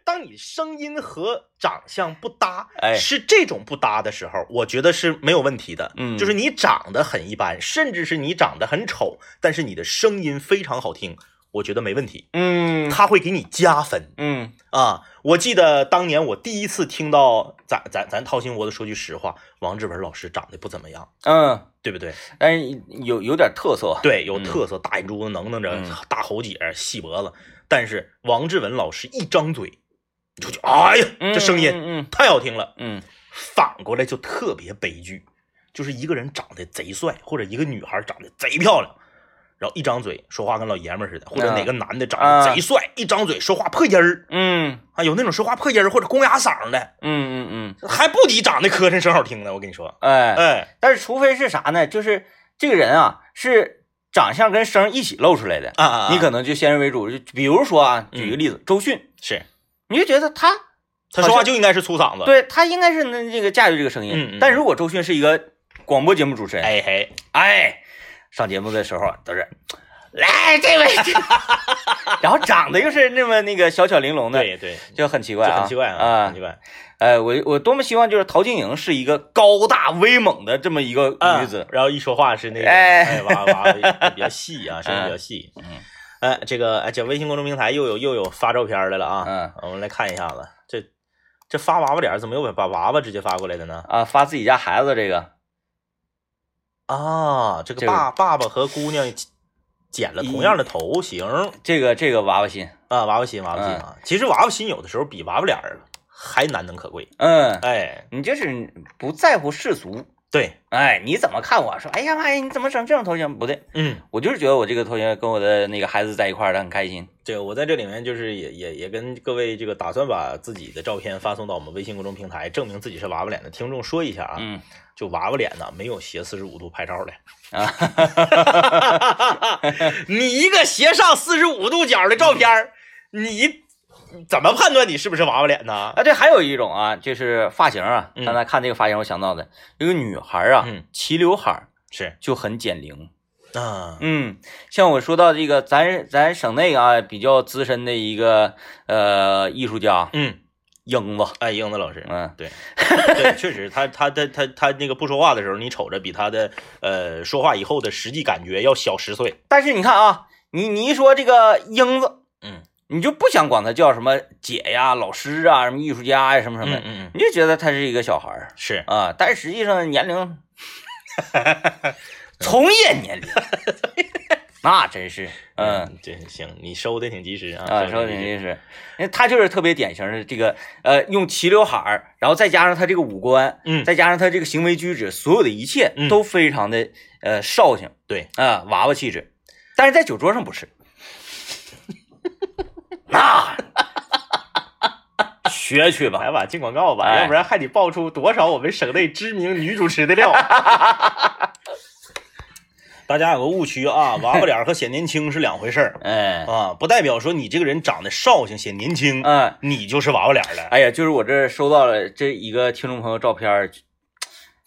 S2: 当你声音和长相不搭，
S1: 哎
S2: 是这种不搭的时候，我觉得是没有问题的。
S1: 嗯
S2: 就是你长得很一般，甚至是你长得很丑，但是你的声音非常好听，我觉得没问题，
S1: 嗯
S2: 他会给你加分
S1: 嗯
S2: 啊。我记得当年我第一次听到，咱咱咱掏心窝子说句实话，王志文老师长得不怎么样。
S1: 嗯，
S2: 对不对？
S1: 但是有有点特色，啊
S2: 对，有特色，大眼珠子能能着
S1: 嗯，
S2: 大喉结，细脖子。但是王志文老师一张嘴，你就觉得哎呀，
S1: 嗯
S2: 这声音
S1: 嗯
S2: 太好听了。
S1: 嗯
S2: 反过来就特别悲剧，就是一个人长得贼帅，或者一个女孩长得贼漂亮，然后一张嘴说话跟老爷们儿似的，或者
S1: 啊
S2: 哪个男的长得贼帅，一张嘴说话破音儿
S1: 嗯
S2: 啊，有那种说话破音儿或者公鸭嗓的
S1: 嗯，嗯嗯嗯，
S2: 还不抵长得磕碜声好听呢。我跟你说，
S1: 哎。
S2: 哎
S1: 但是除非是啥呢？就是这个人啊，是长相跟声一起露出来的，
S2: 啊啊，啊
S1: 你可能就先入为主。就比如说啊，
S2: 嗯
S1: 举个例子，周迅，
S2: 是
S1: 你就觉得他
S2: 他说话就应该是粗嗓子，
S1: 对他应该是能这个驾驭这个声音。
S2: 嗯嗯
S1: 但如果周迅是一个广播节目主持人，
S2: 哎嘿，
S1: 哎上节目的时候啊都是。来，这 位，这然后长得又是那么那个小巧玲珑的，
S2: 对对，
S1: 就很奇怪
S2: 这
S1: 啊，
S2: 很奇怪
S1: 啊
S2: 很奇，怪。
S1: 呃，我我多么希望就是陶晶莹是一个高大威猛的这么一个女子，
S2: 嗯然后一说话是那个
S1: 哎
S2: 哎娃娃娃比较细啊，声音比较细。
S1: 嗯，
S2: 哎，这个哎，这微信公众平台又有又有发照片来了啊，
S1: 嗯
S2: 我们来看一下子，这这发娃娃脸儿怎么又把把娃娃直接发过来的呢？
S1: 啊，发自己家孩子这个哦
S2: 啊，这
S1: 这
S2: 个
S1: 个
S2: 爸爸爸和姑娘剪了同样的头型
S1: 这个这个娃娃心，
S2: 啊，娃娃心娃娃心
S1: 嗯
S2: 啊，其实娃娃心有的时候比娃娃脸儿还难能可贵，
S1: 嗯，
S2: 哎，
S1: 你就是不在乎世俗，
S2: 对，
S1: 哎，你怎么看我说？哎呀妈呀，你怎么整这种头型？不对，
S2: 嗯，
S1: 我就是觉得我这个头型跟我的那个孩子在一块儿，他很开心。
S2: 这个我在这里面就是也也也跟各位这个打算把自己的照片发送到我们微信公众平台，证明自己是娃娃脸的听众说一下啊，
S1: 嗯
S2: 就娃娃脸呐，没有斜四十五度拍照的，
S1: 啊，
S2: 你一个斜上四十五度角的照片儿，你怎么判断你是不是娃娃脸呢？
S1: 啊，对，还有一种啊，就是发型啊，
S2: 嗯
S1: 刚才看这个发型，我想到的，有个女孩啊
S2: 嗯，
S1: 齐刘海儿
S2: 是
S1: 就很减龄。
S2: 啊，
S1: 嗯，像我说到这个，咱咱省内啊比较资深的一个呃艺术家
S2: 嗯，
S1: 英子，
S2: 哎，英子老师，
S1: 嗯，
S2: 对，对，确实，他他他他他那个不说话的时候，你瞅着比他的呃说话以后的实际感觉要小十岁。
S1: 但是你看啊，你你一说这个英子，
S2: 嗯，
S1: 你就不想管她叫什么姐呀、老师啊、什么艺术家呀、什么什么的，
S2: 嗯，
S1: 你就觉得她是一个小孩儿
S2: 是
S1: 啊，但实际上年 龄，从业年龄，那真是，嗯。，
S2: 这行，你收的挺及时啊，
S1: 啊，
S2: 收
S1: 说
S2: 得
S1: 的
S2: 挺及时
S1: 也是，因为他就是特别典型的这个，呃，用齐刘海儿，然后再加上他这个五官，
S2: 嗯，
S1: 再加上他这个行为举止，所有的一切
S2: 嗯
S1: 都非常的呃绍兴，
S2: 对
S1: 啊、娃娃气质，但是在酒桌上不是， 那学去吧，
S2: 来吧，进广告吧，
S1: 哎
S2: 要不然还得爆出多少我们省内知名女主持的料。 大家有个误区啊，娃娃脸和显年轻是两回事 儿
S1: 哎，
S2: 啊，不代表说你这个人长得绍兴显年轻，
S1: 嗯、
S2: 你就是娃娃脸 了。
S1: 哎呀，就是我这收到了这一个听众朋友照片儿，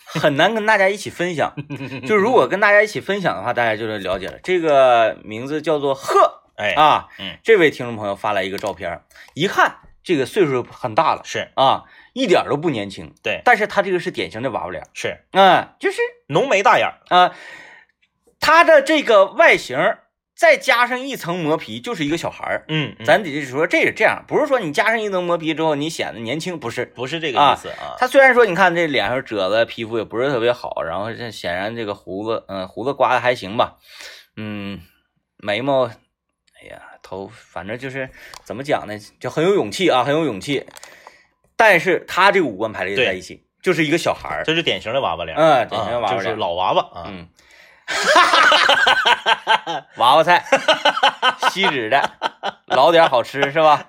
S1: 很难跟大家一起分享。就是如果跟大家一起分享的话，大家就能了解了。这个名字叫做贺
S2: 哎，
S1: 啊，
S2: 嗯，
S1: 这位听众朋友发来一个照片儿，一看这个岁数很大了
S2: 是
S1: 啊，一点儿都不年轻。
S2: 对
S1: 但是他这个是典型的娃娃脸儿，
S2: 是，
S1: 嗯，就是
S2: 浓眉大眼儿，
S1: 啊，他的这个外形儿再加上一层磨皮，就是一个小孩儿。
S2: 嗯，
S1: 咱得是说这是这样，不是说你加上一层磨皮之后你显得年轻，不是。
S2: 不是这个意思啊，
S1: 他虽然说你看这脸上褶子，皮肤也不是特别好，然后这显然这个胡子，嗯、胡子刮的还行吧，嗯，眉毛，哎呀，头，反正就是怎么讲呢，就很有勇气啊，很有勇气。但是他这个五官排列在一起，就是一个小孩儿，
S2: 这是典型的娃娃脸，
S1: 嗯典型的娃娃
S2: 啊
S1: 脸
S2: 就是老娃娃啊，
S1: 嗯， 娃娃菜， 锡纸的，老点儿好吃是吧？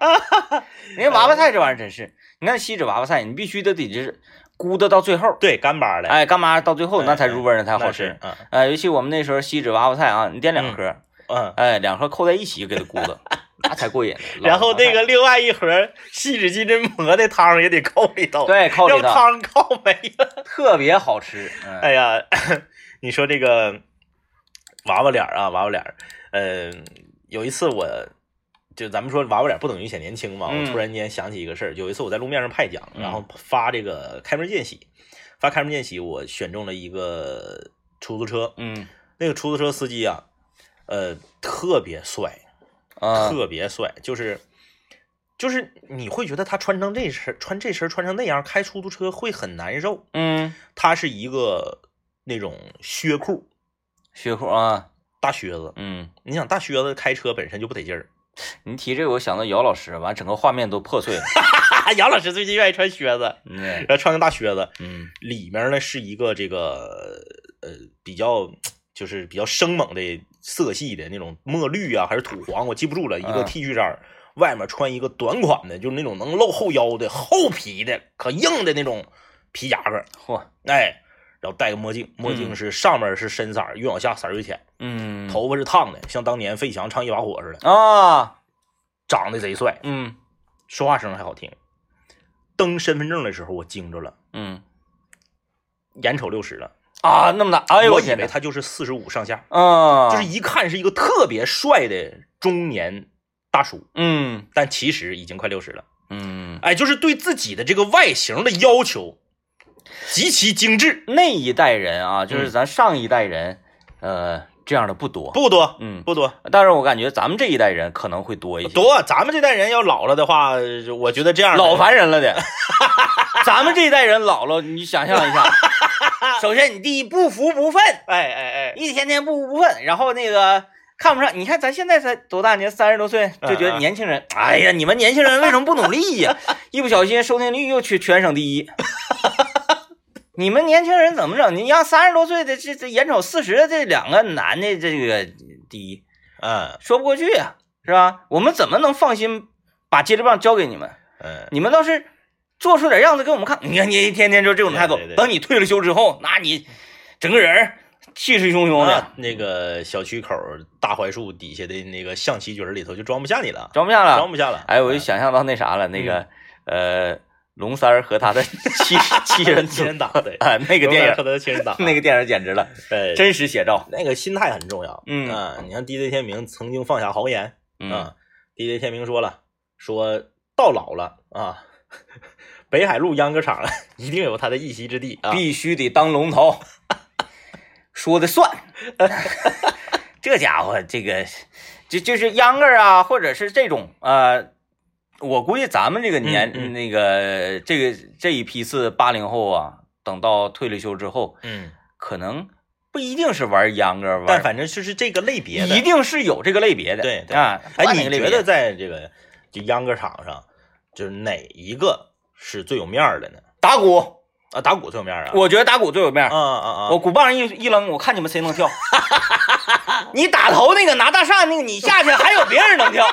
S1: 人家娃娃菜这玩意儿真是，你看锡纸娃娃菜，你必须得得就是咕捣到最后，
S2: 对，干巴的，
S1: 哎，干嘛到最后那才入味儿，那才
S2: 那
S1: 好
S2: 是
S1: 吃。，
S2: 嗯
S1: 哎，尤其我们那时候锡纸娃娃菜啊，你点两盒，
S2: 嗯。
S1: 哎，两盒扣在一起给它咕捣， 那才过瘾呢。老
S2: 然后
S1: 娃
S2: 那
S1: 菜
S2: 个另外一盒锡纸金针蘑的汤也得扣里头，
S1: 对扣
S2: 要
S1: 里
S2: 不
S1: 头
S2: 汤扣没了。
S1: 特别好吃，
S2: 哎
S1: 嗯
S2: 呀，你说这个娃娃脸儿啊，娃娃脸儿，呃，有一次我就咱们说娃娃脸儿不等于显年轻嘛，
S1: 嗯
S2: 我突然间想起一个事儿，有一次我在路面上派奖，
S1: 嗯
S2: 然后发这个开门见喜，发开门见喜，我选中了一个出租车，
S1: 嗯
S2: 那个出租车司机啊，呃，特别帅，
S1: 啊
S2: 特别帅，就是就是你会觉得他穿成这身穿这身穿成那样开出租车会很难受。
S1: 嗯，
S2: 他是一个那种靴裤
S1: 雪裤啊，
S2: 大靴子，
S1: 嗯，
S2: 你想大靴子开车本身就不得劲儿。
S1: 你提这个，我想到姚老师，完整个画面都破碎了。
S2: 杨老师最近愿意穿靴子，
S1: 嗯
S2: 然后穿个大靴子，
S1: 嗯
S2: 里面呢是一个这个呃比较就是比较生猛的色系的那种墨绿啊还是土黄，我记不住了，一个
S1: 嗯
S2: T 恤衫儿，外面穿一个短款的，就是那种能露后腰的厚皮的可硬的那种皮夹克，
S1: 嚯，
S2: 哎，然后戴个墨镜，墨镜
S1: 嗯
S2: 是上面是深色儿，越往下色儿越浅，
S1: 嗯
S2: 头发是烫的，像当年费翔唱一把火似的，
S1: 啊，
S2: 长得贼帅，
S1: 嗯
S2: 说话声还好听。登身份证的时候我惊着了，
S1: 嗯
S2: 眼瞅六十了，
S1: 啊，那么大，哎呦
S2: 我
S1: 我
S2: 以
S1: 天
S2: 为
S1: 哪，
S2: 他就是四十五上下。
S1: 啊，
S2: 就是一看是一个特别帅的中年大叔，
S1: 嗯
S2: 但其实已经快六十了。
S1: 嗯，
S2: 哎，就是对自己的这个外形的要求极其精致，
S1: 那一代人啊，就是
S2: 嗯
S1: 咱上一代人，呃，这样的不多，
S2: 不多
S1: 嗯，
S2: 不多
S1: 但是我感觉咱们这一代人可能会多一些，
S2: 多。咱们这代人要老了的话，呃我觉得这样的
S1: 老烦人 了的。咱们这一代人老了，你想象一 下，首先你第一不服不愤，
S2: 哎哎哎，
S1: 一天天不服不愤，然后那个看不上，你看咱现在才多大年，三十多岁就觉
S2: 嗯
S1: 得
S2: 嗯
S1: 年轻人，哎呀，你们年 轻人为什么不努力呀？一不小心收听率又去全省第一，你们年轻人怎么整？你让三十多岁的这这眼瞅四十的这两个男的这个第一
S2: 嗯
S1: 说不过去呀、是吧？我们怎么能放心把接力棒交给你们？
S2: 嗯，
S1: 你们倒是做出点样子给我们看。你看你一天天就这种态度，
S2: 对对对
S1: 等你退了休之后，那你整个人儿气势汹汹的
S2: 那，啊那个小区口大槐树底下的那个象棋局儿里头就装不下你了，
S1: 装不下
S2: 装
S1: 了。
S2: 不下嗯了。
S1: 哎，我就想象到那啥了，那个呃，龙三儿和他的七 七人
S2: 七
S1: 组，
S2: 人打对
S1: 啊，那
S2: 那
S1: 个电
S2: 和
S1: 影，
S2: 他的七人打
S1: 那个电影简直了，
S2: 对，
S1: 真实写照。
S2: 那个心态很重要。
S1: 嗯
S2: 啊你看 DJ 天明曾经放下豪言
S1: 嗯
S2: 啊，DJ 天明说了，说到老了啊， 北海路秧歌场 一定有他的一席之地啊。
S1: 必须得当龙头， 说的算。 这家伙，这个就就是秧歌儿啊，或者是这种呃，我估计咱们这个年、
S2: 嗯嗯
S1: 那个这个这一批次八零后啊，等到退了休之后，
S2: 嗯，
S1: 可能不一定是玩秧歌儿玩，
S2: 但反正就是这个类别的
S1: 一。定是有这个类别的。
S2: 对对
S1: 啊，
S2: 哎，
S1: 换哪
S2: 你
S1: 个类
S2: 觉
S1: 别
S2: 得在这个就秧歌场上，就是哪一个是最有面儿的呢？
S1: 打鼓？
S2: 啊，打鼓最有面儿啊。
S1: 我觉得打鼓最有面儿。
S2: 啊啊啊！
S1: 我鼓棒一一扔，我看你们谁能跳。你打头那个拿大扇那个，你下去还有别人能跳，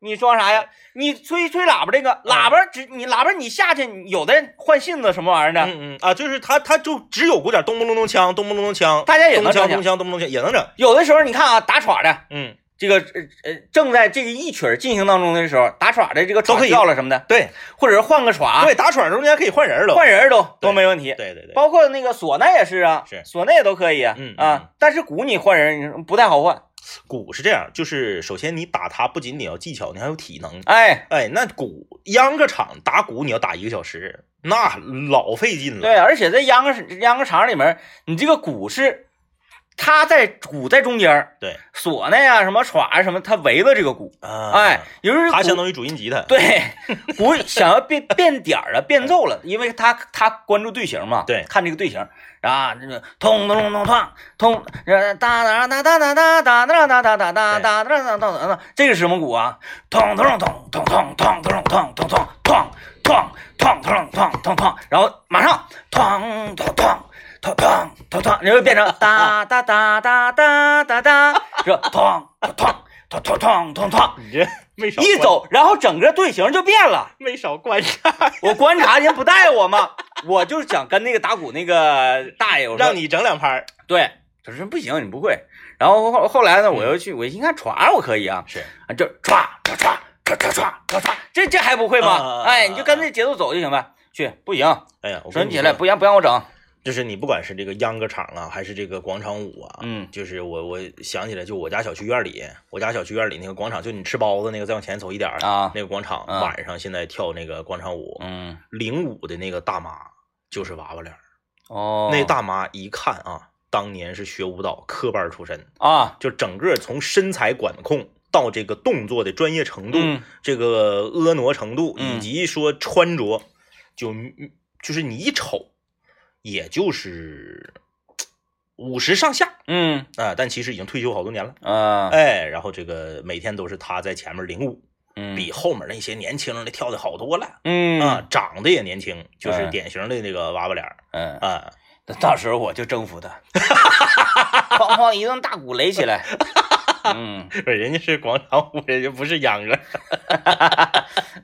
S1: 你装啥呀？你吹吹喇叭这个喇叭只你喇叭你下去，你有的人换信子什么玩意儿的，
S2: 嗯嗯啊，就是他，他就只有鼓点咚咚咚咚锵，咚咚咚咚锵，
S1: 大家也
S2: 咚
S1: 能
S2: 锵
S1: 整
S2: 咚
S1: 响。
S2: 锵咚咚锵也能整。
S1: 有的时候你看啊，打耍的
S2: 嗯，
S1: 这个呃呃正在这个一曲儿进行当中的时候，打耍的这个
S2: 都
S1: 耍
S2: 可以
S1: 掉了什么的，
S2: 对
S1: 或者是换个耍，
S2: 对，打喘中间可以换人了。
S1: 啊换人儿都
S2: 对
S1: 都没问题。
S2: 对对对，
S1: 包括那个唢呐也是啊，
S2: 是
S1: 唢呐也都可以啊
S2: 嗯，嗯
S1: 啊，但是鼓你换人不太好换，
S2: 鼓是这样，就是首先你打它不仅仅要技巧，你还有体能。
S1: 哎。
S2: 哎，那鼓秧歌场打鼓你要打一个小时，那老费劲了。
S1: 对，而且在秧歌秧歌场里面，你这个鼓是，它在鼓在中间儿，
S2: 对，
S1: 唢呐呀、什么耍啊什么，它围着这个鼓，
S2: 啊，
S1: 哎，，也就是
S2: 它相
S1: 于
S2: 当于主音吉他。
S1: 对鼓想要变变点儿啊、变奏了，因为它它关注队形嘛，
S2: 对
S1: 看这个队形啊，那个咚咚咚咚咚咚，呃哒哒哒哒哒哒哒哒哒哒哒哒哒哒哒哒哒哒，这个是什么鼓啊？咚咚咚咚咚咚咚咚咚咚咚。哐哐哐哐哐哐，然后马上哐哐哐哐哐哐哐，然后变成哒哒哒哒哒哒哒，是吧哐哐哐哐哐哐哐哐，
S2: 你这 没少
S1: 一
S2: 观
S1: 走，然后整个队形就变了。
S2: 没少观察，
S1: 我观察人不带我嘛，我就是想跟那个打鼓那个大爷，我说
S2: 让你整两拍儿
S1: 对，他说不行，你不会。然后后后来呢，
S2: 嗯
S1: 我又去，我一看耍我可以啊，
S2: 是
S1: 啊，就唰唰唰唰唰唰唰唰，这这还不会
S2: 啊啊啊
S1: 吗？
S2: 啊
S1: 哎，你就跟着节奏走就行呗。去，不行，
S2: 哎呀，我
S1: 说
S2: 跟
S1: 你
S2: 你
S1: 起
S2: 说啊
S1: 来，不让不让我整。
S2: 就是你不管是这个秧歌场啊，还是这个广场舞啊，
S1: 嗯
S2: 就是我我想起来，就我家小区院里，我家小区院里那个广场，就你吃包子那个，再往前走一点儿
S1: 啊
S2: 那个广场、
S1: 啊
S2: 晚上现在跳那个广场舞，
S1: 嗯，
S2: 领舞的那个大妈就是娃娃脸儿，
S1: 哦，
S2: 那大妈一看啊，当年是学舞蹈科班出身，
S1: 啊，
S2: 就整个从身材管控到这个动作的专业程度，
S1: 嗯
S2: 这个婀娜程度，
S1: 嗯
S2: 以及说穿着，就就是你一瞅，也就是五十上下
S1: 嗯
S2: 啊、但其实已经退休好多年了。
S1: 啊，
S2: 哎，然后这个每天都是他在前面领舞，
S1: 嗯
S2: 比后面那些年轻人的跳的好多了
S1: 嗯
S2: 啊、长得也年轻，就是
S1: 嗯
S2: 典型的那个娃娃脸儿
S1: 嗯，
S2: 啊、
S1: 到时候我就征服 他，哐哐一顿大鼓擂起来。嗯，
S2: 不是人家是广场舞，人家不是秧歌。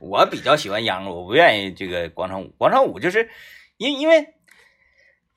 S1: 我比较喜欢秧歌，我不愿意这个广场舞。广场舞就是因因为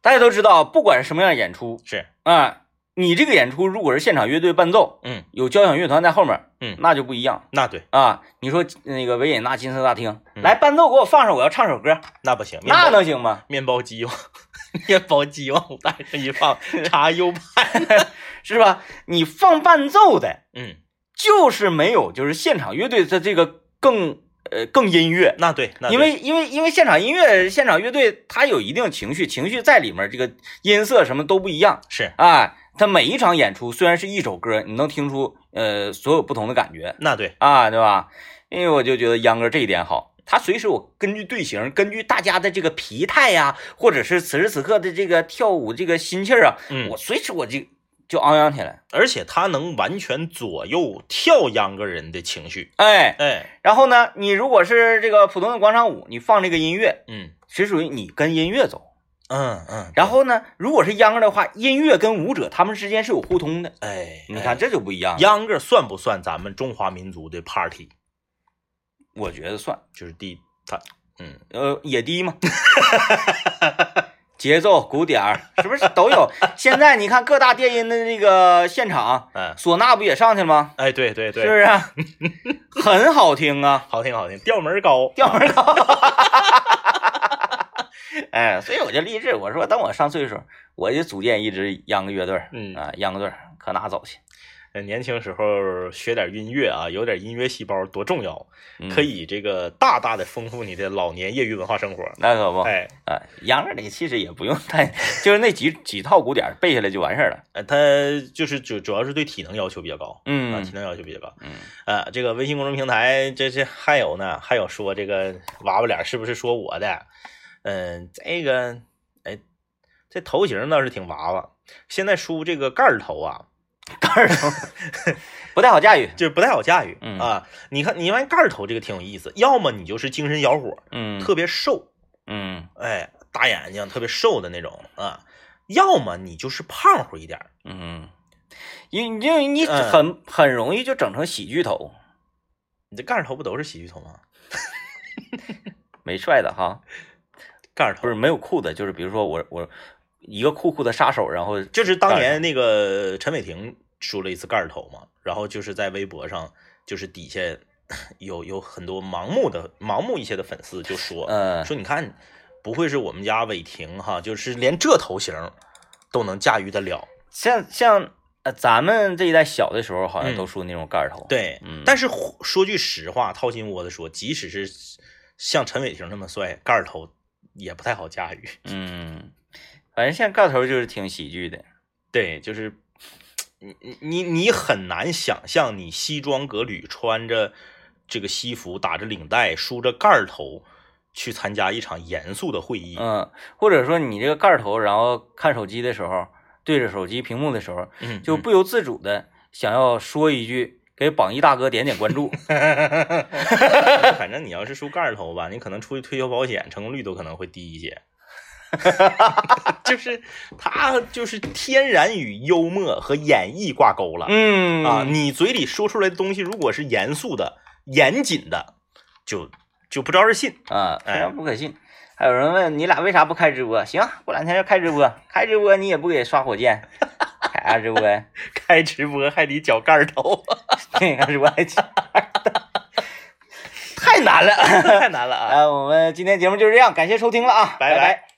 S1: 大家都知道，不管是什么样的演出
S2: 是，
S1: 啊、你这个演出如果是现场乐队伴奏，
S2: 嗯，
S1: 有交响乐团在后面，
S2: 嗯
S1: 那就不一样
S2: 那对，
S1: 啊。你说那个维也纳金色大厅、
S2: 嗯
S1: 来伴奏给我放上，我要唱首歌，
S2: 那不行，面
S1: 那
S2: 包
S1: 能行吗？
S2: 面包机往 面包机往舞台上 一放，插 U 盘，
S1: 是吧？你放伴奏的，
S2: 嗯，
S1: 就是没有就是现场乐队的这个更呃更音乐，
S2: 那对，那对
S1: 因为因为因为现场音乐，现场乐队它有一定情绪，情绪在里面，这个音色什么都不一样
S2: 是
S1: 啊。它每一场演出虽然是一首歌，你能听出呃所有不同的感觉
S2: 那对，
S1: 啊，对吧？因为我就觉得秧歌这一点好，它随时我根据队形，根据大家的这个疲态呀、或者是此时此刻的这个跳舞这个心气儿啊，
S2: 嗯，
S1: 我随时我就就昂扬起来，
S2: 而且它能完全左右跳秧歌人的情绪，
S1: 哎，
S2: 哎，
S1: 然后呢，你如果是这个普通的广场舞，你放这个音乐，
S2: 嗯，
S1: 是属于你跟音乐走，
S2: 嗯嗯，
S1: 然后呢，如果是秧歌的话，音乐跟舞者他们之间是有互通的。
S2: 哎，
S1: 你看这就不一样了，
S2: 秧歌算不算咱们中华民族的 party？
S1: 我觉得算，
S2: 就是第它，嗯，
S1: 呃，野迪嘛， 节奏、鼓点儿是不是都有？现在你看各大电音的那个现场，
S2: 嗯，
S1: 唢呐不也上去了吗？
S2: 哎，对对
S1: 是不
S2: 对，
S1: 是？ 很好听啊，
S2: 好听好听，调门儿高，
S1: 调门儿高。 哎，所以我就励志，我说等我上岁数，我就组建一支秧歌乐队儿，
S2: 嗯
S1: 啊，秧歌队儿可哪走去？
S2: 呃年轻时候学点音乐啊，有点音乐细胞多重要，
S1: 嗯
S2: 可以这个大大的丰富你的老年业余文化生活。
S1: 那可不，
S2: 哎，
S1: 啊，秧歌里其实也不用太， 就是那几几套鼓点儿背下来就完事儿了。
S2: 呃他就是主主要是对体能要求比较高。啊，体
S1: 嗯
S2: 能要求比较高，
S1: 嗯，
S2: 啊，这个微信公众平台，这这还有呢，还有说这个娃娃脸是不是说我的？嗯，这个，哎，这头型倒是挺娃娃，现在梳这个盖儿头啊，
S1: 盖儿头不太好驾驭。
S2: 就是不太好驾驭、
S1: 嗯
S2: 啊。你看，你发现盖儿头这个挺有意思，要么你就是精神小伙，
S1: 嗯，
S2: 特别瘦，
S1: 嗯
S2: 哎，大眼睛特别瘦的那种啊，要么你就是胖乎一点儿，
S1: 嗯，因因为你
S2: 嗯
S1: 很很容易就整成喜剧头，
S2: 你这盖儿头不都是喜剧头吗？
S1: 没帅的哈，
S2: 盖儿头
S1: 不是没有酷的，就是比如说我我一个酷酷的杀手，然后
S2: 就是当年那个陈伟霆梳了一次盖儿头嘛，然后就是在微博上，就是底下 有有很多盲目的盲目一些的粉丝就说、
S1: 呃
S2: 说你看，不会是我们家伟霆哈，就是连这头型都能驾驭得了，
S1: 像像呃咱们这一代小的时候，好像
S2: 嗯
S1: 都梳那种盖儿头，，
S2: 对，
S1: 嗯
S2: 但是胡说句实话，掏心窝子说，即使是像陈伟霆那么帅，盖儿头也不太好驾驭。
S1: 嗯，反正现在盖头就是挺喜剧的，
S2: 对，就是你你你你很难想象，你西装革履，穿着这个西服，打着领带，梳着盖儿头，去参加一场严肃的会议。
S1: 嗯，或者说你这个盖儿头，然后看手机的时候，对着手机屏幕的时候，
S2: 嗯，
S1: 就不由自主的想要说一句给榜一大哥点点关 注，
S2: 嗯反正你要是梳盖儿头吧，你可能出去推销保险，成功率都可能会低一些。 就是他就是天然与幽默和演绎挂钩了。
S1: 嗯
S2: 啊，你嘴里说出来的东西如果是严肃的、严谨的，就就不招人信。
S1: 啊，非
S2: 哎
S1: 常不可信。还有人问你俩为啥不开直播？行，过两天就开直播，开直播你也不给刷火箭，开啥直播呀？
S2: 开直播还得绞盖儿头，
S1: 开直播还太难了。
S2: 太难了啊！
S1: 啊，我们今天节目就是这样，感谢收听了啊，
S2: 拜
S1: 拜
S2: 拜